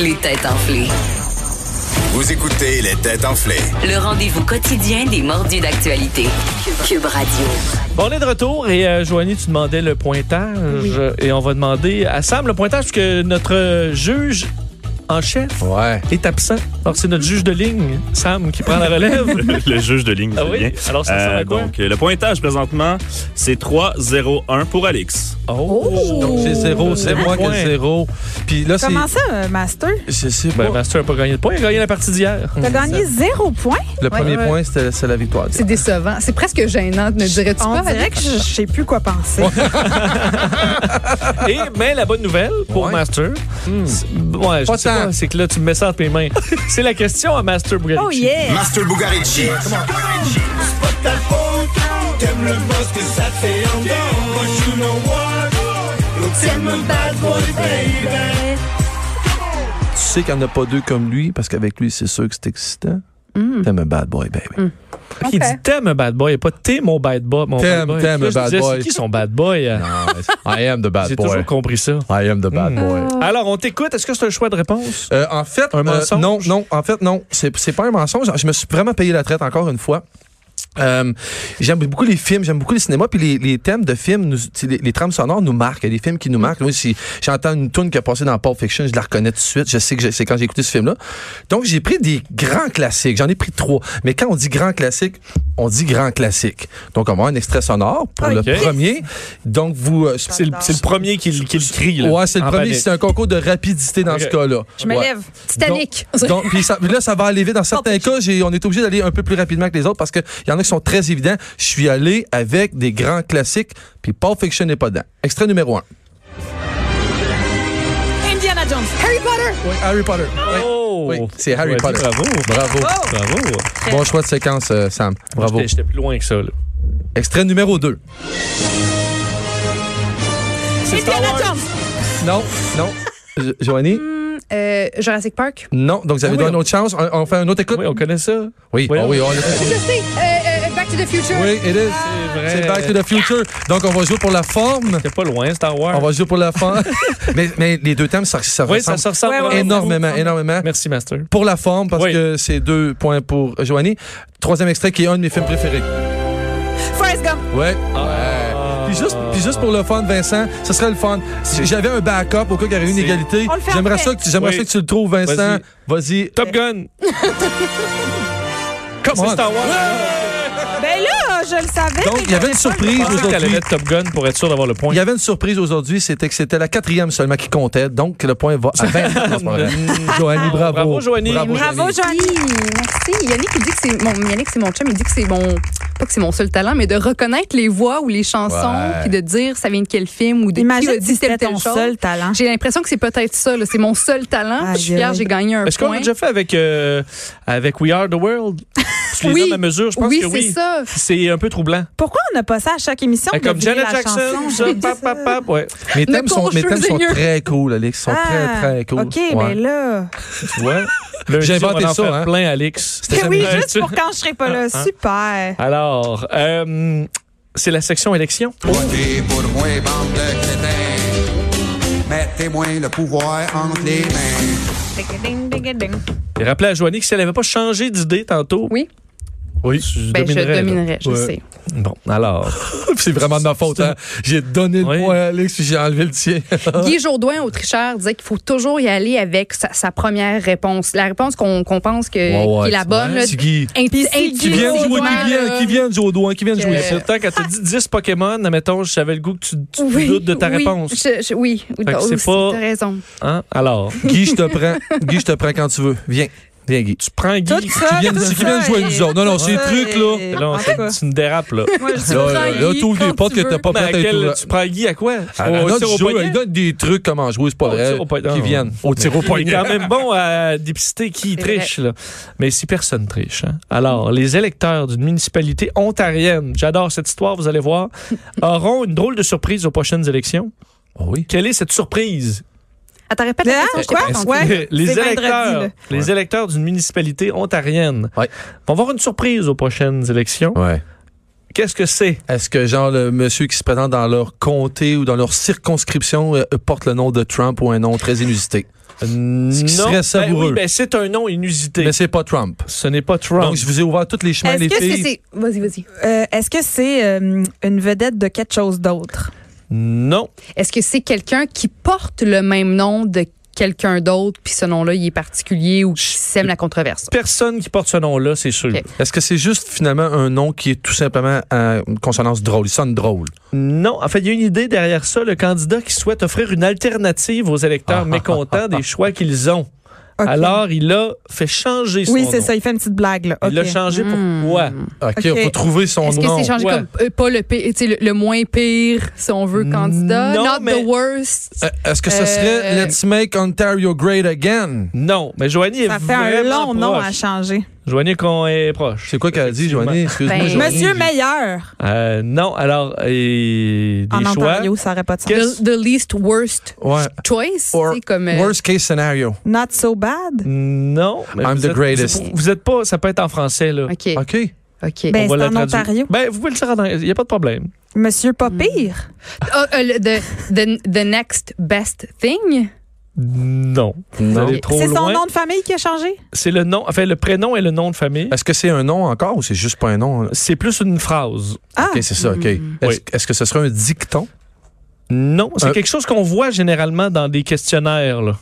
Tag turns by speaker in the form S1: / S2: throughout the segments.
S1: Les têtes enflées.
S2: Vous écoutez les têtes enflées.
S1: Le rendez-vous quotidien des mordus d'actualité. Cube Radio.
S3: Bon, on est de retour et euh, Joanie, tu demandais le pointage et on va demander à Sam le pointage parce que notre euh, juge en chef
S4: Ouais.
S3: est absent. Alors c'est notre juge de ligne, Sam, qui prend la relève.
S5: le juge de ligne,
S3: Ah
S5: c'est
S3: oui?
S5: bien.
S3: Alors, ça ressemble à quoi?
S5: Donc, euh, le pointage présentement, c'est 3-0-1 pour Alex.
S3: Oh!
S4: Donc c'est zéro, c'est moi qui ai
S3: Ouais.
S4: zéro. Puis là, c'est.
S6: Comment ça, euh, Master?
S4: Je sais pas.
S3: Ben, Master n'a pas gagné de points, il a gagné la partie d'hier.
S6: T'as gagné zéro point?
S4: le premier
S3: ouais.
S4: point, c'était- c'est la victoire.
S7: C'est décevant. C'est presque gênant, ne dirais-tu
S6: On
S7: pas?
S6: dirait
S7: Alex?
S6: que je je sais plus quoi penser.
S3: Et, mais la bonne nouvelle pour
S4: Ouais. Hmm.
S3: Master, c'est- ouais, je
S4: Pas
S3: sais
S4: tant.
S3: pas, c'est que là, tu me mets ça entre mes mains. c'est la question à Master Bugarici.
S6: Oh yeah!
S2: Master Bugarici.
S4: Tu sais qu'il n'y en a pas deux comme lui, parce qu'avec lui, c'est sûr que c'est excitant.
S3: Mm.
S4: T'aimes un bad boy, baby.
S3: Qui dit t'aimes un bad boy et pas t'es mon bad boy. mon
S4: T'aimes,
S3: bad boy.
S4: t'aimes
S3: Là,
S4: un
S3: je
S4: bad
S3: disais,
S4: boy.
S3: C'est qui son bad boy?
S4: Ah, I am the bad
S3: J'ai
S4: boy.
S3: toujours compris ça.
S4: I am the
S3: Mm.
S4: bad boy.
S3: Alors, on t'écoute. Est-ce que c'est un choix de réponse?
S4: Euh, en fait,
S3: Un
S4: euh,
S3: mensonge?
S4: non, non, en fait, non. C'est c'est pas un mensonge. Je me suis vraiment payé la traite encore une fois. Euh, j'aime beaucoup les films, j'aime beaucoup le cinéma, puis les, les thèmes de films, nous- tu sais, les, les trames sonores nous marquent, il y a des films qui nous marquent. Moi, si j'entends une tune qui a passé dans Pulp Fiction, je la reconnais tout de suite, je sais que je- c'est quand j'ai écouté ce film-là. Donc, j'ai pris des grands classiques, j'en ai pris trois. Mais quand on dit grand classique, on dit grand classique. Donc, on va avoir un extrait sonore pour
S3: Ok.
S4: le premier. Donc, vous... euh,
S3: C'est le, c'est le premier qui, le- qui le crie. Là,
S4: ouais, c'est le
S3: en
S4: premier,
S3: panique.
S4: c'est un concours de rapidité dans
S3: Ok.
S4: ce cas-là.
S6: Je me
S4: Ouais.
S6: lève.
S7: Titanic.
S4: Donc, donc, puis ça- là, ça va aller vite. Dans certains cas, j'ai- on est obligé d'aller un peu plus rapidement que les autres parce qu'il y en a qui sont très évidents. Je suis allé avec des grands classiques, puis Pulp Fiction n'est pas dedans. Extrait numéro 1.
S6: Indiana Jones. Harry Potter.
S4: Oui, Harry Potter.
S3: Oh!
S4: Oui, c'est Harry
S3: Ouais,
S4: Potter.
S3: Bravo. Oh!
S4: Bravo.
S3: Bravo.
S4: Bon choix de séquence, euh, Sam. Bravo.
S3: J'étais- J'étais plus loin que ça. là.
S4: Extrait numéro 2.
S6: Indiana Jones.
S4: Non, non. Jo- Joanie?
S7: Euh, Jurassic Park.
S4: Non. Donc, vous avez
S3: Ah oui,
S4: donné une
S3: on-
S4: autre chance. On, on fait un autre écoute?
S3: Oui, on connaît ça.
S4: Oui,
S3: Oui,
S4: ah
S3: on-
S4: oui, on l'a fait.
S7: Je sais. Euh, euh, Back to the Future.
S4: Oui, it is.
S3: vrai.
S4: C'est Back to the Future. Donc, on va jouer pour la forme.
S3: T'es pas loin, Star Wars.
S4: On va jouer pour la forme. mais, mais les deux thèmes, ça, ça
S3: Oui, ça
S4: ressemble
S3: se ressemble.
S6: Ouais, ouais,
S3: vraiment.
S4: énormément, énormément.
S3: Merci, Master.
S4: Pour la forme, parce
S3: Oui.
S4: que c'est deux points pour euh, Joanie. Troisième extrait qui est un de mes films préférés.
S6: Forrest Gump.
S4: Ouais.
S3: Ah.
S4: Ouais. Puis juste, puis juste pour le fun, Vincent, ce serait le fun. Si j'avais un backup au cas qu'il y aurait une
S3: C'est-
S4: égalité,
S6: On le fait
S4: j'aimerais
S6: après.
S4: ça, que tu- j'aimerais
S3: Oui.
S4: ça que tu le trouves, Vincent. Vas-y.
S3: Top Gun.
S4: Come
S3: C'est
S4: on.
S3: Star Wars.
S6: Ben là, je le savais.
S4: Donc,
S6: mais
S4: il y avait une surprise
S3: Je pensais que t'allais
S4: aujourd'hui.
S3: mettre Top Gun pour être sûr d'avoir le point.
S4: Il y avait une surprise aujourd'hui, c'était que c'était la quatrième seulement qui comptait, donc le point va à 20. Non, c'est pas vrai. Mmh, Joanie, bravo.
S3: Bravo, Joanie.
S6: Bravo, Joanie.
S7: Oui, merci. Yannick, il dit que c'est mon, Yannick, c'est mon chum, il dit que c'est mon, pas que c'est mon seul talent, mais de reconnaître les voix ou les chansons,
S4: Ouais.
S7: puis de dire ça vient de quel film ou de qui a
S6: Imagine
S7: dit
S6: si
S7: telle
S6: c'était
S7: ou telle
S6: ton
S7: chose.
S6: seul talent.
S7: J'ai l'impression que c'est peut-être ça, là. c'est mon seul talent. puis je suis
S6: Aïe,
S7: fière,
S6: aïe.
S7: j'ai gagné un
S3: Est-ce qu'on
S7: point.
S3: l'a déjà fait avec, euh, avec We Are the World? Parce que les
S7: Oui.
S3: hommes à mesure, je pense
S7: oui,
S3: que
S7: c'est
S3: oui.
S7: ça.
S3: C'est un peu troublant.
S6: Pourquoi on n'a pas ça à chaque émission?
S3: Comme
S6: deviner
S3: Janet
S6: la
S3: Jackson,
S6: chanson?
S3: ça, pap, pap, pap, ouais.
S4: Mes thèmes, sont, mes
S7: conjure
S4: thèmes sont
S7: Seigneur.
S4: très cool, Alex. Ils sont
S6: Ah,
S4: très, très cool.
S6: OK, mais
S4: Ouais.
S6: là.
S3: Tu vois? Lundi,
S4: J'ai inventé
S3: on va en
S4: ça,
S3: faire
S4: hein.
S3: plein, Alex.
S7: Eh
S6: Ben oui,
S3: Euh,
S6: juste
S3: tu-
S6: pour quand je serai pas là.
S3: Ah, ah.
S6: Super.
S3: Alors, euh, c'est la section élection.
S8: Votez pour moi, bande de crétins. Mettez-moi le pouvoir entre les mains.
S6: Ding, ding, ding, ding.
S3: Et rappelez à Joanie que si elle n'avait pas changé d'idée tantôt,
S7: Oui.
S3: oui. tu
S7: Ben,
S3: dominerais.
S7: je
S3: là.
S7: dominerais, je
S3: Ouais.
S7: sais.
S3: Bon, alors,
S4: C'est vraiment de ma faute. hein. J'ai donné le
S3: Oui.
S4: point à Alex puis j'ai enlevé le tien.
S7: Guy Jourdouin, au tricheur, disait qu'il faut toujours y aller avec sa, sa première réponse. La réponse qu'on qu'on pense que, qui est la bonne. là.
S4: C'est Guy.
S7: Un petit-
S6: Puis
S7: un
S6: si
S7: petit
S4: Qui vient de jouer,
S7: Jourdouin,
S4: qui vient,
S7: là. Euh,
S4: qui vient de jouer au doigt, qui vient de
S7: Que-
S4: jouer.
S3: c'est le temps quand tu dis 10 Pokémon, admettons, j'avais le goût que tu, tu doutes de ta
S7: oui,
S3: réponse.
S7: je- je- oui,
S3: que c'est
S7: aussi,
S3: pas-
S7: t'as raison.
S3: Hein? Alors,
S4: Guy, je te prends. Guy, je te prends quand tu veux. Viens. Viens, Guy.
S3: tu prends Guy.
S6: Tout ça.
S4: viens-
S6: tout
S4: qui
S6: ça,
S4: vient de jouer avec
S6: et-
S4: nous autres. Non, non,
S6: tout
S4: ces
S6: ça,
S4: trucs-là.
S6: et-
S3: Là, on
S6: En
S3: fait-
S6: tout cas,
S3: tu me dérapes, là.
S6: moi, je-
S4: Là, là,
S7: prends
S4: là,
S7: Guy
S4: t'ouvres des
S7: quand
S4: portes
S7: tu
S4: que t'as
S7: veux.
S4: pas
S3: Mais à
S4: prêtes à
S3: quel-
S4: t'ouvrir.
S3: tu prends Guy à quoi?
S4: Ah,
S3: Au
S4: notre
S3: tir au
S4: jeu,
S3: poignet?
S4: il donne des trucs comment jouer, c'est pas
S3: Au
S4: vrai.
S3: tir au poignet.
S4: Qui viennent Ah, au tir au
S3: Il est
S4: poignet.
S3: quand même bon à dépister qui
S7: C'est vrai.
S3: triche. Là. Mais si personne triche. hein. Alors, les électeurs d'une municipalité ontarienne, j'adore cette histoire, vous allez voir, auront une drôle de surprise aux prochaines élections.
S4: Ah oui.
S3: Quelle est cette surprise?
S7: Attends, répète
S6: Hein?
S7: la question, je t'ai
S6: Quoi?
S7: Ah, pas entendu.
S6: Ouais.
S3: les
S6: c'est vendredi,
S3: électeurs,
S6: là.
S3: les électeurs d'une municipalité ontarienne
S4: Ouais.
S3: vont avoir une surprise aux prochaines élections.
S4: Ouais.
S3: Qu'est-ce que c'est?
S4: Est-ce que, genre, le monsieur qui se euh, présente dans leur comté ou dans leur circonscription euh, porte le nom de Trump ou un nom très inusité? Ce qui
S3: Non,
S4: serait
S3: ben oui,
S4: savoureux.
S3: ben c'est un nom inusité.
S4: Mais c'est pas Trump.
S3: ce n'est pas Trump.
S4: Donc, je vous ai ouvert tous les chemins,
S6: Est-ce
S4: les
S6: que
S7: Qu'est-ce que
S4: filles.
S7: c'est? Vas-y, vas-y.
S6: Euh, Est-ce que c'est euh, une vedette de quelque chose d'autre?
S3: Non.
S7: Est-ce que c'est quelqu'un qui porte le même nom de quelqu'un d'autre, puis ce nom-là, il est particulier ou qui sème la controverse?
S3: Personne qui porte ce nom-là, c'est sûr.
S7: Ok.
S4: Est-ce que c'est juste finalement un nom qui est tout simplement euh, une consonance drôle? Il sonne drôle.
S3: Non. En fait, il y a une idée derrière ça. Le candidat qui souhaite offrir une alternative aux électeurs mécontents des choix qu'ils ont.
S6: Ok.
S3: Alors, il a fait changer son
S6: oui, c'est
S3: nom.
S6: ça. Il fait une petite blague. Là.
S3: Il l'a
S6: Ok.
S3: changé pourquoi?
S4: OK,
S6: Ok.
S4: on peut trouver son
S7: Est-ce que
S4: nom.
S7: c'est changé
S3: ouais.
S7: comme euh, pas le pire, tu sais, le, le moins pire, si on veut, candidat?
S3: Non,
S7: Not
S3: mais-
S7: the worst.
S4: Euh, Est-ce que ce
S7: Euh,
S4: serait Let's Make Ontario Great Again?
S3: Non. Mais Joanie est
S6: Ça fait un
S3: vraiment
S6: long nom à
S3: proche.
S6: changer.
S3: Joanie qu'on est proche.
S4: C'est quoi qu'elle a dit, Joanie? Excuse-moi.
S7: Ben,
S4: Joanie.
S6: Monsieur Meilleur.
S3: Euh, non. Alors, et
S6: En
S3: des choix.
S6: Ontario, ça n'aurait pas de sens.
S3: Qu'est-ce-
S7: The, the least worst
S4: Ouais.
S7: choice.
S4: Or
S7: c'est comme, euh,
S4: worst case scenario.
S6: Not so bad.
S3: Non. mais
S4: I'm
S3: vous
S4: the
S3: êtes-
S4: greatest.
S3: Vous êtes, vous êtes pas, ça peut être en français, là.
S7: OK. OK.
S4: OK.
S6: Ben,
S3: va
S6: c'est
S3: la
S6: en
S3: traduire.
S6: Ontario.
S3: Ben, vous pouvez le dire en anglais. Il n'y a pas de problème.
S6: Monsieur
S7: Hmm.
S6: pas pire.
S7: Ah, euh, le- the, the, the next best thing.
S3: Non. Vous
S4: Non.
S3: allez trop
S6: C'est son
S3: loin.
S6: nom de famille qui a changé?
S3: C'est le nom. Enfin, le prénom et le nom de famille.
S4: Est-ce que c'est un nom encore ou c'est juste pas un nom? OK,
S3: C'est plus une phrase.
S6: Ah,
S4: c'est ça, OK.
S7: Mm-hmm.
S4: Est-ce
S3: Oui.
S4: est-ce que ce serait un dicton?
S3: Non, c'est
S4: Euh,
S3: quelque chose qu'on voit généralement dans des questionnaires. Là.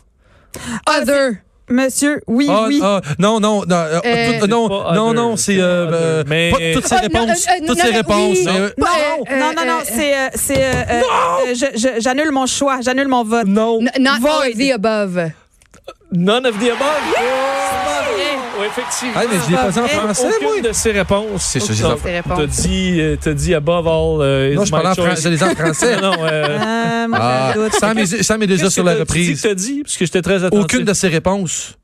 S7: ah, Other.
S6: monsieur, oui,
S4: Ah,
S6: oui.
S4: ah, non, non, non, euh,
S7: Euh,
S4: tout- non,
S3: C'est pas
S4: non,
S3: other,
S4: non, c'est
S3: c'est
S4: euh,
S3: pas
S4: euh,
S3: other, mais-
S4: pas toutes ces
S7: Ah, non,
S4: réponses.
S7: euh, euh,
S4: toutes
S7: non,
S4: ces
S7: mais
S4: réponses.
S7: oui.
S4: euh,
S7: Pas,
S6: non,
S7: euh,
S6: non, non, non,
S7: euh,
S6: c'est, euh, c'est, euh, euh, euh, je- je- j'annule mon choix, j'annule mon vote.
S3: Non.
S7: N- Not all
S6: Void.
S7: of the above.
S3: None of the above. Oh, Oui, effectivement.
S4: Ah, mais je l'ai pas dit en
S7: Eh,
S6: Ah,
S4: français,
S3: Aucune
S4: moi.
S3: de ces réponses.
S4: C'est ça, j'ai
S3: T'as-
S4: dit en
S7: français.
S3: T'as dit, euh, t'as dit above all. euh, is
S4: Non, je
S3: my
S4: parlais en
S3: choice.
S4: français. Je les ai en français.
S3: Non, non. euh,
S6: Euh, moi,
S4: Ah,
S6: j'en doute.
S4: Sam est- Sam est déjà
S3: qu'est-ce
S4: sur
S3: que
S4: la
S3: t'as-
S4: reprise.
S3: Tu dit, parce que j'étais très attentif.
S4: Aucune de ces réponses.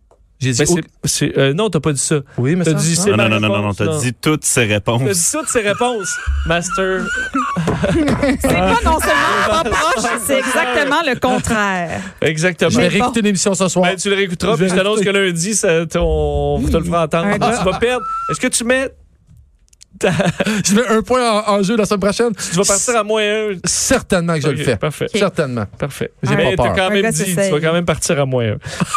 S4: J'ai dit.
S3: Mais c'est- c'est- euh, non, t'as pas dit ça.
S4: au- Oui, mais
S3: t'as
S4: ça-
S3: dit
S4: Ah.
S3: c'est-
S5: Non,
S3: ma
S5: non, non, non, non, non,
S3: réponse,
S5: t'as
S3: non.
S5: dit toutes ces
S3: T'as dit
S5: réponses.
S3: ça de ces réponses, Master.
S6: C'est pas non seulement pas proche, c'est exactement le contraire.
S3: Exactement.
S4: Je vais
S6: Mais bon.
S4: réécouter l'émission ce soir.
S3: Ben, tu le réécouteras,
S4: Je vais
S3: puis je t'annonce que lundi, ça, t- on on te le fera entendre.
S6: Un gars.
S3: Tu vas perdre. Est-ce que tu mets.
S4: Je mets un point en, en jeu la semaine prochaine.
S3: Tu vas partir à moins un.
S4: Certainement que je
S3: Ok, Ah
S4: le fais.
S3: Parfait.
S4: Certainement.
S3: Parfait.
S4: J'ai
S3: Mais
S4: Ah, pas
S3: t'as
S4: peur.
S3: quand
S6: Un
S3: même
S6: gars
S3: dit, tu
S6: s'essaye.
S3: vas quand même partir à moins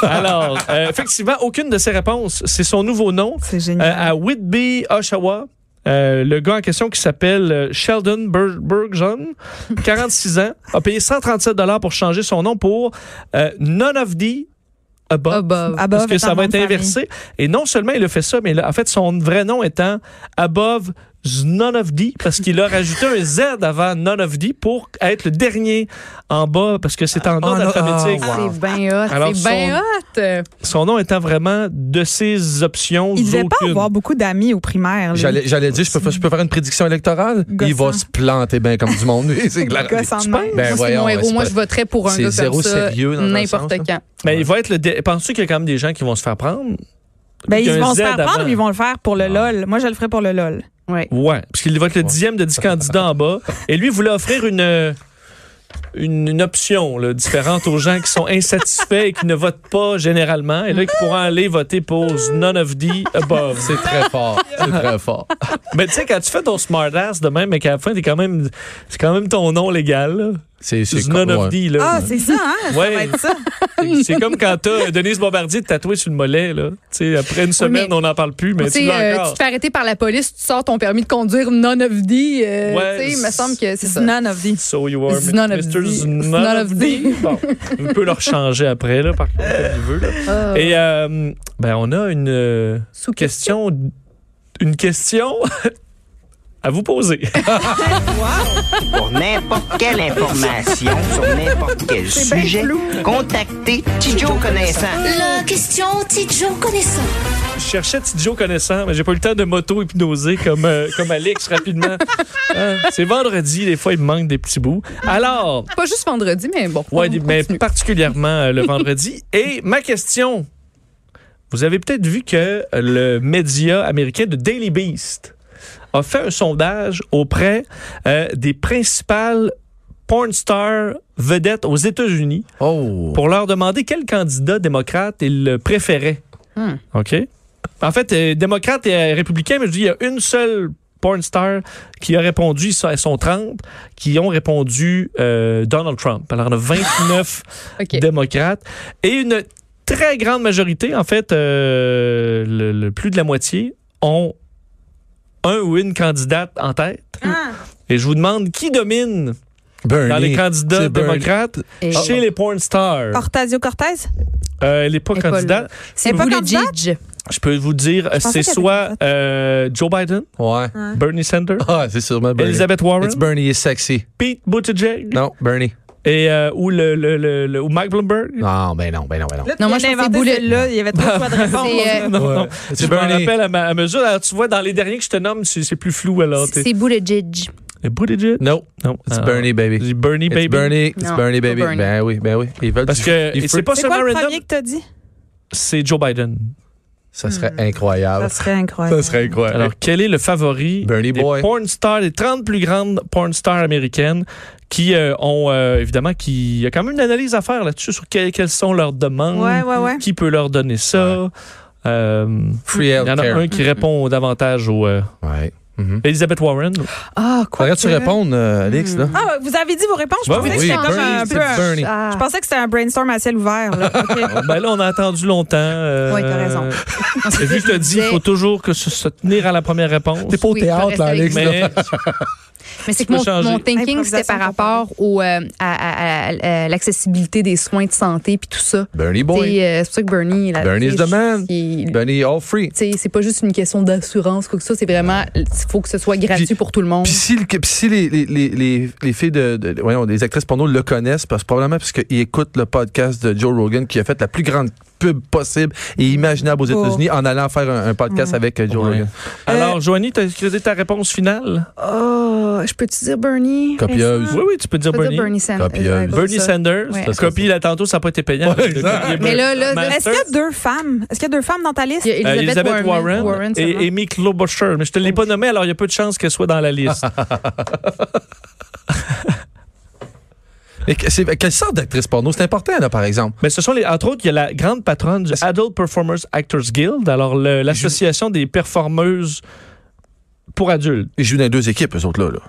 S3: un. Alors, euh, effectivement, aucune de ces réponses, c'est son nouveau nom.
S6: C'est
S3: Euh,
S6: génial.
S3: à Whitby, Oshawa. euh, le gars en question qui s'appelle euh, Sheldon Ber- Bergson, 46 ans, a payé 137 pour changer son nom pour euh, None of the Above.
S7: Above.
S6: Above
S3: Parce que
S6: est un
S3: ça
S6: nom
S3: va être
S6: de famille.
S3: inversé. Et non seulement il a fait ça, mais il a- en fait, son vrai nom étant Above None of D, parce qu'il a rajouté un Z avant None of D pour être le dernier en bas, parce que c'est en
S4: Ah,
S3: ordre
S4: non, ah,
S3: alphabétique.
S4: wow.
S7: C'est bien hot.
S3: Alors,
S7: C'est bien hot.
S3: Son nom étant vraiment de ses options.
S6: Il devait pas
S3: aucune.
S6: avoir beaucoup d'amis au primaire. lui.
S4: J'allais j'allais dire, je peux, je peux faire une prédiction électorale? Il
S6: Gossant.
S4: va se planter bien comme du monde. lui, c'est clair.
S6: Gossant de même.
S4: Ben
S7: Moi, c'est
S4: voyons,
S7: mon
S4: ouais,
S7: héros.
S4: c'est
S7: Moi,
S4: pas-
S7: je voterais pour un
S4: c'est
S7: gars
S4: zéro
S7: comme ça
S4: sérieux dans un
S7: n'importe
S4: sens, là.
S7: quand.
S3: Mais il va être le. dé- Penses-tu qu'il y a quand même des gens qui vont se faire prendre?
S6: Ben,
S3: Il y a
S6: ils
S3: un
S6: vont
S3: Z
S6: se faire prendre
S3: avant.
S6: ou ils vont le faire pour le LOL. Moi, je le ferai pour le LOL.
S7: Ouais.
S3: Ouais. Parce qu'il va être le dixième de dix candidats en bas. Et lui, voulait offrir une. euh, Une, une option là, différente aux gens qui sont insatisfaits et qui ne votent pas généralement, et là qui pourront aller voter pour None of the Above.
S4: C'est très fort. C'est très fort.
S3: Mais tu sais, quand tu fais ton smartass de même, mais qu'à la fin, t'es quand même, c'est quand même ton nom légal, là.
S4: C'est c'est
S3: None of
S4: ouais.
S3: the, là.
S6: Ah, c'est ça, hein? Ça
S3: Ouais.
S6: va être ça.
S3: C'est- C'est comme quand t'as euh, Denise Bombardier tatoué sur le mollet, là. Tu sais, après une semaine,
S7: mais-
S3: on n'en parle plus, mais
S7: Tu
S3: tu
S7: sais,
S3: l'as
S7: euh,
S3: encore.
S7: tu te fais arrêter par la police, tu sors ton permis de conduire non of D. euh,
S3: Ouais,
S7: tu sais, il me semble que c'est ça.
S6: None of these.
S3: So you are
S7: None of
S3: Mr.
S7: these.
S3: None
S7: None
S3: of
S7: of
S3: these. Bon, on peut leur changer après, là, par contre, comme il veut. là.
S7: Ah.
S3: Et euh, ben, on a une euh, question, une question à vous poser.
S9: Pour n'importe quelle information sur n'importe quel sujet, contactez Tidjo Connaissant.
S10: La question Tidjo connaissant.
S3: Je cherchais Tidjo connaissant, mais j'ai pas eu le temps de m'auto-hypnoser comme, euh, comme Alex rapidement. Hein, C'est vendredi, des fois, il me manque des petits bouts. Alors,
S7: Pas juste vendredi, mais bon.
S3: Ouais,
S7: on
S3: mais
S7: continue.
S3: particulièrement euh, le vendredi. Et ma question, vous avez peut-être vu que euh, le média américain de Daily Beast a fait un sondage auprès euh, des principales porn stars vedettes aux États-Unis
S4: Oh.
S3: pour leur demander quel candidat démocrate ils préféraient.
S7: Hmm.
S3: OK? En fait, euh, démocrate et euh, républicain, mais je dis, il y a une seule porn star qui a répondu, ils sont 30, qui ont répondu euh, Donald Trump. Alors, on a 29
S7: OK.
S3: démocrates et une très grande majorité, en fait, euh, le, le plus de la moitié, ont un ou une candidate en tête.
S7: Ah.
S3: Et je vous demande qui domine
S4: Bernie.
S3: dans les candidats
S4: C'est Bernie.
S3: démocrates
S7: Et- Oh.
S3: chez les porn stars.
S6: Cortasio Cortez?
S3: Euh, elle n'est pas
S7: Et pas
S3: candidate.
S7: C'est
S6: pas
S7: vous le
S6: candidate?
S7: judge.
S3: Je peux vous dire,
S6: pensais
S3: c'est
S6: qu'elle
S3: soit
S6: était
S3: euh, Joe Biden,
S4: Ouais.
S3: Bernie Sanders,
S4: Ah, c'est sûrement Bernie.
S3: Elizabeth Warren,
S4: It's Bernie is sexy.
S3: Pete Buttigieg
S4: Non, Bernie.
S3: et euh, ou le, le, le- le- ou Mike Bloomberg.
S4: Non, ben non, ben non, ben non.
S7: Non, moi, je pense que c'est Boulet.
S6: là. Il y avait trois choix de réponse.
S7: C'est, euh,
S3: Non, non. Je
S4: C'est
S3: me
S4: Bernie.
S3: rappelle à, ma, à mesure. Alors, tu vois, dans les derniers que je te nomme, c'est c'est plus flou alors. Ah, t'es-
S7: C'est vous le judge.
S3: Et Buttigieg?
S4: No,
S3: Non.
S4: it's
S3: Ah.
S4: Bernie, baby.
S3: J'ai Bernie,
S4: It's
S3: baby.
S4: Bernie, it's
S7: Non,
S4: Bernie,
S7: pas
S4: baby.
S7: Bernie.
S4: Ben oui, ben oui. Ils veulent
S3: Parce
S4: du-
S3: que
S4: ils
S3: et
S4: veulent-
S3: c'est pas
S6: C'est
S3: seulement
S6: quoi le
S3: random,
S6: premier que t'as dit?
S3: c'est Joe Biden.
S4: Ça serait
S3: Ah
S4: incroyable.
S6: Ça serait incroyable.
S4: Ça serait incroyable.
S3: Alors, quel est le favori
S4: Bernie
S3: des
S4: Boy.
S3: porn stars, des 30 plus grandes porn stars américaines qui euh, ont, euh, évidemment, qui, il y a quand même une analyse à faire là-dessus sur que- quelles sont leurs demandes,
S6: Ouais, ouais, ouais.
S3: qui peut leur donner ça. Euh,
S4: Free
S3: il y en a
S4: healthcare.
S3: un qui répond davantage au euh,
S4: Ouais. Mhm.
S3: Elizabeth Warren.
S7: Ah, quoi.
S4: Faudrait-tu répondre, euh, Alex,
S7: Mm.
S4: là?
S6: Ah, ouais, vous avez dit vos réponses? Je
S3: Ouais,
S6: pensais que
S4: oui,
S6: c'était comme
S4: Bernie,
S6: un
S4: c'est
S6: peu un-
S4: Bernie.
S7: Ah.
S6: Je pensais que c'était un brainstorm à ciel ouvert. là. OK.
S3: Ben là, on a attendu longtemps. euh,
S7: Ouais, t'as raison.
S3: et vu que je te dis, il faut toujours que se, se tenir à la première réponse.
S4: T'es pas au
S7: Oui, Euh, faut
S4: théâtre,
S7: rester
S4: là,
S7: avec
S4: Alex. là.
S3: Mais
S7: Mais
S3: Tu
S7: c'est que mon,
S3: peux changer.
S7: mon thinking, c'était
S6: Improvisation
S7: par rapport au, euh, à, à- à- à l'accessibilité des soins de santé puis tout ça.
S4: Bernie
S7: T'sais,
S4: boy.
S7: euh, c'est pour ça que Bernie... Là,
S4: Bernie is
S7: t'sais,
S4: the man.
S7: il-
S4: Bernie all free.
S7: t'sais, c'est pas juste une question d'assurance, quoi que ça. C'est vraiment... Il faut que ce soit gratuit
S4: Puis-
S7: pour tout le monde.
S4: Puis si, le- puis si les, les, les, les, les filles de, de- voyons, les actrices porno le connaissent, parce probablement parce qu'ils écoutent le podcast de Joe Rogan qui a fait la plus grande pub possible et imaginable aux
S6: Oh.
S4: États-Unis en allant faire un, un podcast avec euh, Joe
S3: Ouais.
S4: Rogan.
S3: Alors, Joanie, t'as excusé ta réponse finale?
S7: Oh, je peux-tu dire Bernie?
S4: Copieuse.
S3: Oui, oui, tu peux dire
S7: Je peux
S3: Bernie.
S7: dire Bernie Sanders.
S4: Copieuse.
S7: Ouais,
S3: Bernie
S7: ça.
S3: Sanders,
S7: Ouais.
S3: copie là tantôt, ça n'a pas été payant.
S7: Mais là, là,
S3: Masters.
S6: Est-ce qu'il y a deux femmes? Est-ce qu'il y a deux femmes dans ta liste?
S7: Il y a
S3: Euh,
S7: Elizabeth,
S3: Elizabeth Warren,
S7: Warren, seulement.
S3: et Amy Klobuchar. Mais je te l'ai pas nommée, alors il y a peu de chances qu'elle soit dans la liste.
S4: Mais que- c'est- quelle sorte d'actrice porno? C'est important, là, par exemple.
S3: Mais ce sont les, entre autres, il y a la grande patronne du Adult Performers Actors Guild, alors le- l'association des performeuses pour adultes.
S4: Ils jouent dans deux équipes, eux autres, là. là.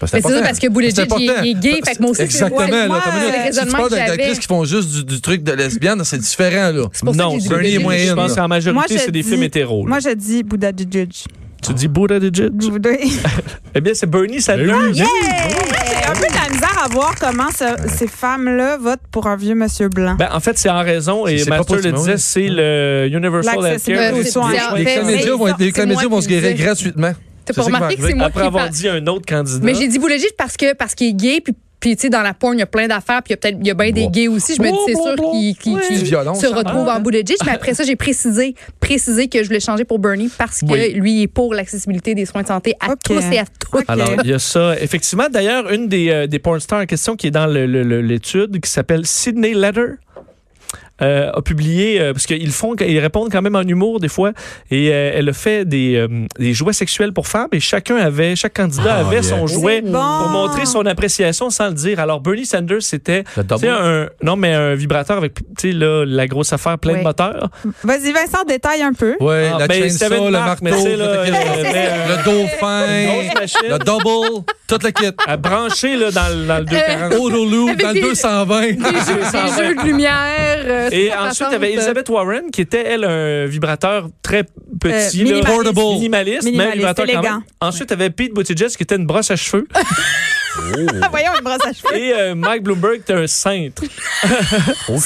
S4: Parce que
S7: Mais c'est ça,
S4: important.
S7: parce que Buttigieg,
S4: C'est
S7: il est- il est gay,
S4: important.
S7: fait que moi aussi, c'est-
S4: Exactement,
S7: ouais,
S4: là.
S6: moi,
S4: t'as
S6: c'est le
S4: mis- si tu
S7: raisonnement
S4: parles
S7: que j'avais.
S4: d'actrices qui font juste du, du truc de lesbienne, c'est différent, là.
S7: pour ça que
S3: non,
S7: j'ai dit
S4: Bernie est
S7: Buttigieg.
S4: moins
S3: je
S4: in,
S3: pense
S4: là.
S3: qu'en
S6: Moi,
S3: majorité,
S6: je
S3: c'est des
S6: dis-
S3: films hétéros. là.
S6: Moi, je dis Bouddha de Judge.
S3: tu dis Buddha Digit? Eh bien, c'est Bernie Sanders.
S6: J'ai un peu de la misère à voir comment ce- ces femmes-là votent pour un vieux monsieur blanc.
S3: Ben, en fait, c'est en raison, et
S4: C'est- c'est
S3: Master
S4: pas
S3: le
S4: possible,
S3: disait,
S4: oui.
S3: c'est le Universal
S6: L'accessibilité
S3: Healthcare.
S7: aux soins.
S3: Les
S7: C'est-
S3: soins
S7: c'est-
S4: Les
S7: Ben,
S4: comédiens vont,
S7: c'est-
S4: les
S7: c'est
S4: comédiens
S7: moi
S4: vont
S7: qui
S4: se guérir
S7: le disais.
S4: gratuitement.
S7: T'as
S4: C'est
S7: pas
S4: ça qui va
S7: remarqué que
S4: arriver.
S7: c'est moi
S3: Après
S7: qui
S3: avoir
S7: parle.
S3: dit un autre candidat.
S7: Mais j'ai dit Boulogique parce que parce qu'il est gay puis puis tu sais dans la porn il y a plein d'affaires puis il y a peut-être il y a bien des
S4: Bon.
S7: gays aussi je me dis
S3: Bon,
S7: c'est
S3: bon,
S7: sûr
S3: bon.
S7: qu'il qu'il-
S3: Oui.
S7: qu'il
S4: Du violon,
S7: se
S4: ça.
S7: retrouve en Boulogique mais après ça j'ai précisé précisé que je voulais changer pour Bernie parce que
S3: Oui.
S7: lui il est pour l'accessibilité des soins de santé à
S6: Ok.
S7: tous et à toutes
S6: Ok.
S3: Alors, il y a ça. Effectivement, d'ailleurs, une des, euh, des porn stars en question qui est dans le- le- le- l'étude, qui s'appelle Sydney Letter, euh, a publié, euh, parce qu'ils font, ils répondent quand même en humour des fois, et euh, elle a fait des, euh, des jouets sexuels pour femmes, et chacun avait, chaque candidat
S4: Ah,
S3: avait
S4: yeah.
S3: son
S4: C'est
S3: jouet
S6: bon.
S3: pour montrer son appréciation sans le dire. Alors, Bernie Sanders, c'était
S4: Le
S3: tu sais,
S4: double.
S3: un, non, mais un vibrateur avec tu sais, là, la grosse affaire plein de
S7: Ouais.
S3: moteurs.
S6: Vas-y, Vincent, détaille un peu.
S4: Ouais,
S3: Ah,
S4: la
S3: ben,
S4: chainsaw,
S3: c'était une
S4: le
S3: marque, mais
S4: marteau,
S3: c'est, là,
S4: tout le kit.
S3: euh, mais, euh,
S4: le
S3: Une
S4: dauphin,
S3: grosse machine.
S4: le double, tout le kit.
S3: À brancher là, dans, le- dans le 240.
S4: Odolou,
S7: Avec
S4: dans le
S7: des-
S4: 220.
S7: des jeux, des jeux de lumière euh,
S3: Et
S7: ça,
S3: ensuite,
S7: ça,
S3: il y avait
S7: ça.
S3: Elizabeth Warren, qui était, elle, un vibrateur très petit. là.
S6: Euh, minimaliste.
S4: Portable.
S3: Minimaliste, mais
S6: Minimaliste,
S3: vibrateur quand
S6: élégant.
S3: même. Ensuite, il y avait Pete Buttigieg, qui était une brosse à cheveux. Oh.
S6: Voyons une brosse à cheveux.
S3: et euh, Mike Bloomberg, qui était un cintre
S6: Ça,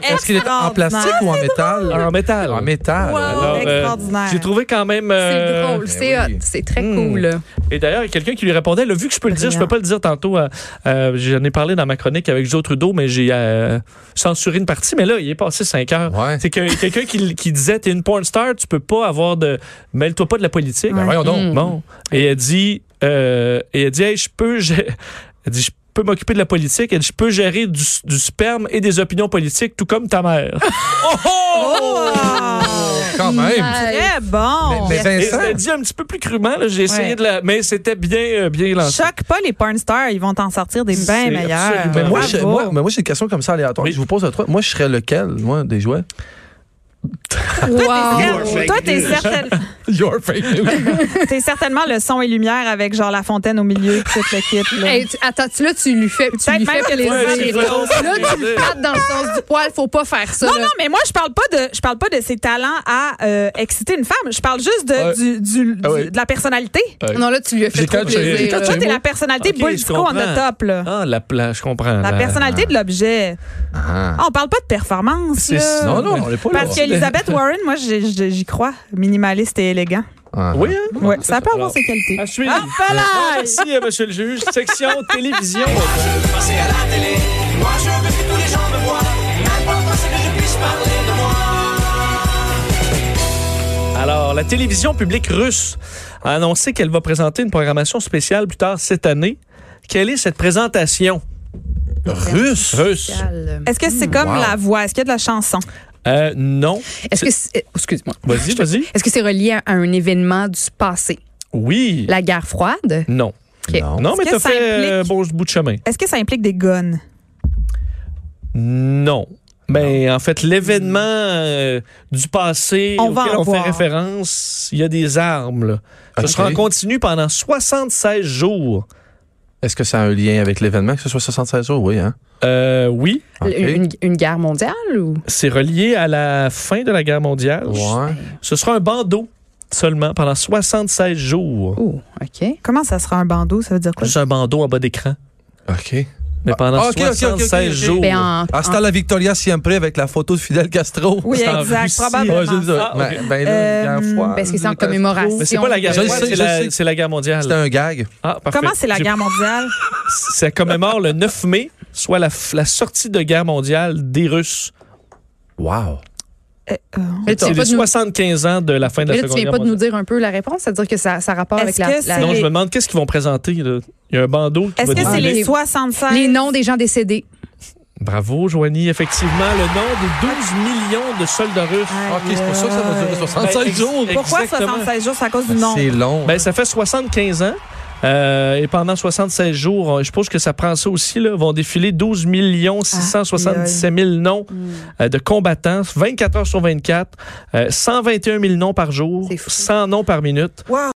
S6: c'est
S4: Est-ce qu'il est en plastique ou en métal?
S3: en métal.
S4: En métal.
S3: Alors, euh,
S6: Ah, Extraordinaire.
S3: J'ai trouvé quand même.
S7: c'est
S3: euh,
S7: drôle c'est
S4: oui.
S7: hot, c'est très
S3: Hmm.
S7: cool là.
S3: Et d'ailleurs, il y a quelqu'un qui lui répondait là, vu que je peux le dire, je
S6: Brillant.
S3: peux pas le dire tantôt. euh, euh, J'en ai parlé dans ma chronique avec Joe Trudeau, mais j'ai euh, censuré une partie. Mais là, il est passé 5 heures.
S4: Ouais.
S3: C'est que, quelqu'un qui, qui disait T'es une porn star, tu peux pas avoir de. Mêle-toi pas de la politique.
S4: Ben voyons donc.
S3: Bon. Et elle dit, euh, et elle dit, Hey, je peux, je- elle dit, je peux m'occuper de la politique. Elle dit, je peux gérer du, du sperme et des opinions politiques, tout comme ta mère.
S4: Quand même.
S6: Très bon.
S4: Mais
S3: Et
S4: Vincent,
S3: elle dit un petit peu plus crûment. là, J'ai essayé
S6: Ouais.
S3: de la, mais c'était bien, euh, bien lancé.
S6: Choque pas les porn stars, ils vont t'en sortir des
S3: C'est
S6: bien meilleurs.
S3: absolument-
S4: mais moi, je-
S6: Bravo.
S4: moi, mais moi, j'ai une question comme ça aléatoire.
S3: Oui.
S4: Je vous pose à trois. Moi, je serais lequel, moi, des jouets?
S3: raciste.
S5: fake
S6: Toi, t'es
S5: news.
S6: certain-
S4: Your fake news.
S6: t'es certainement le son et lumière avec genre La Fontaine au milieu de toute l'équipe. là.
S7: Hey, tu- attends, tu, là, tu lui fais, tu
S6: Peut-être
S7: lui
S6: même
S7: fais
S6: que les
S7: plaisir.
S6: gens,
S3: les autres,
S7: là, tu le pattes dans le sens du poil. Faut pas faire ça.
S6: Non,
S7: là.
S6: non, mais moi, je parle pas de, je parle pas de ses talents à euh, exciter une femme. Je parle juste de,
S4: Ouais.
S6: du, du-
S4: Ah euh,
S6: du-
S4: ouais.
S6: de la personnalité.
S4: Ouais.
S7: Non, là, tu lui as fait
S4: J'ai
S7: trop
S4: catché- j'ai
S7: plaisir.
S4: catché.
S7: là.
S6: Toi, t'es la personnalité
S3: Ok,
S6: bull
S3: je
S6: disco en
S3: comprends.
S6: the top, là.
S3: Ah, ben, la, la- je comprends.
S6: La personnalité de l'objet. Ah, on parle pas de performance,
S3: C'est-
S6: là.
S4: non, non, on n'est pas là.
S6: Parce qu'Elizabeth Warren, moi, j'ai- j'ai- j'y crois. Minimaliste et élégant.
S4: Ah.
S3: Oui, hein?
S6: Ouais, ça peut avoir ses qualités.
S3: À suivre.
S6: Ah, voilà!
S3: Merci, euh, monsieur le juge. Section télévision.
S2: Passer à la télé, moi je veux que tous les gens me voient. L'important c'est que je puisse parler de moi.
S3: Alors, la télévision publique russe a annoncé qu'elle va présenter une programmation spéciale plus tard cette année. Quelle est cette présentation?
S4: Russe.
S3: Russe.
S6: Est-ce que c'est comme
S4: wow.
S6: la voix? Est-ce qu'il y a de la chanson?
S3: Euh, non.
S7: Est-ce que, c'est- excuse-moi.
S3: Vas-y, vas-y.
S7: Est-ce que c'est relié à un événement du passé,
S3: Oui.
S7: la guerre froide
S3: Non.
S7: Ok.
S3: Non, mais
S6: que
S3: t'as
S6: ça
S3: fait euh,
S6: implique-
S3: bon bout de chemin.
S6: Est-ce que ça implique des guns?
S3: Non. Mais en fait, l'événement euh, du passé
S6: On va
S3: auquel
S6: en
S3: on fait
S6: voir.
S3: référence, il y a des armes. là. Ce
S4: Ok.
S3: sera en continu pendant 76 jours.
S4: Est-ce que ça a un lien avec l'événement, que ce soit 76 jours? Oui, hein?
S3: Euh, oui,
S4: Ok.
S7: Une, une guerre mondiale ou
S3: c'est relié à la fin de la guerre mondiale.
S4: Ouais.
S3: Ce sera un bandeau seulement pendant 76 jours.
S7: Oh, ok.
S6: Comment ça sera un bandeau? Ça veut dire quoi?
S3: Juste un bandeau en bas d'écran.
S4: OK.
S3: Mais pendant
S4: Ah, ok, ok, ok,
S3: 76
S4: ok, ok.
S3: jours.
S7: Ben, en-
S4: Hasta Ah, la Victoria siempre avec la photo de Fidel Castro.
S6: Oui,
S3: c'est en
S6: exact.
S3: Russie.
S4: Ouais,
S6: Probablement.
S4: c'est ça.
S3: Ah, ok.
S4: ben, ben là,
S6: Euh,
S4: il y a un froid.
S7: en- parce que c'est en commémoration.
S3: Mais c'est pas la guerre
S4: Je
S3: mondiale,
S4: sais,
S3: c'est
S4: je
S3: la,
S4: sais.
S3: c'est la guerre mondiale.
S4: C'était un gag.
S3: Ah, parfait.
S6: Comment c'est la
S3: J'ai-
S6: guerre mondiale?
S3: Ça commémore le 9 mai, soit la, f- la sortie de guerre mondiale des Russes.
S4: Wow.
S6: Euh, euh,
S7: Mais tu
S3: C'est les
S7: viens pas de nous-
S3: 75 ans de la fin de la
S7: mais là, tu
S3: Seconde
S7: viens
S3: Guerre
S7: pas de nous
S3: mondiale.
S7: dire un peu la réponse, c'est-à-dire que ça, ça rapporte avec
S6: Est-ce
S7: la,
S6: que
S7: la-
S6: c'est-
S3: Non,
S6: les-
S3: je me demande qu'est-ce qu'ils vont présenter. là. Il y a un bandeau qui
S6: Est-ce
S3: va
S6: que c'est
S3: défiler.
S6: les 76?
S7: les noms des gens décédés.
S3: Bravo, Joanie. Effectivement, le nom des 12 millions de soldats russes.
S6: Aïe,
S4: Ah, OK, c'est pour ça que ça va durer
S6: aïe.
S4: 76
S3: Ben,
S4: jours.
S3: ex-
S6: Pourquoi
S3: Exactement.
S6: 76 jours? C'est à cause du nombre.
S4: C'est long.
S3: Ben, ça fait 75 ans. Euh, et pendant 76 jours, on- je suppose que ça prend ça aussi, là, vont défiler 12 677 000 noms euh, de combattants, 24 heures sur 24, euh, 121 000 noms par jour,
S7: C'est fou.
S3: 100 noms par minute.
S6: Wow.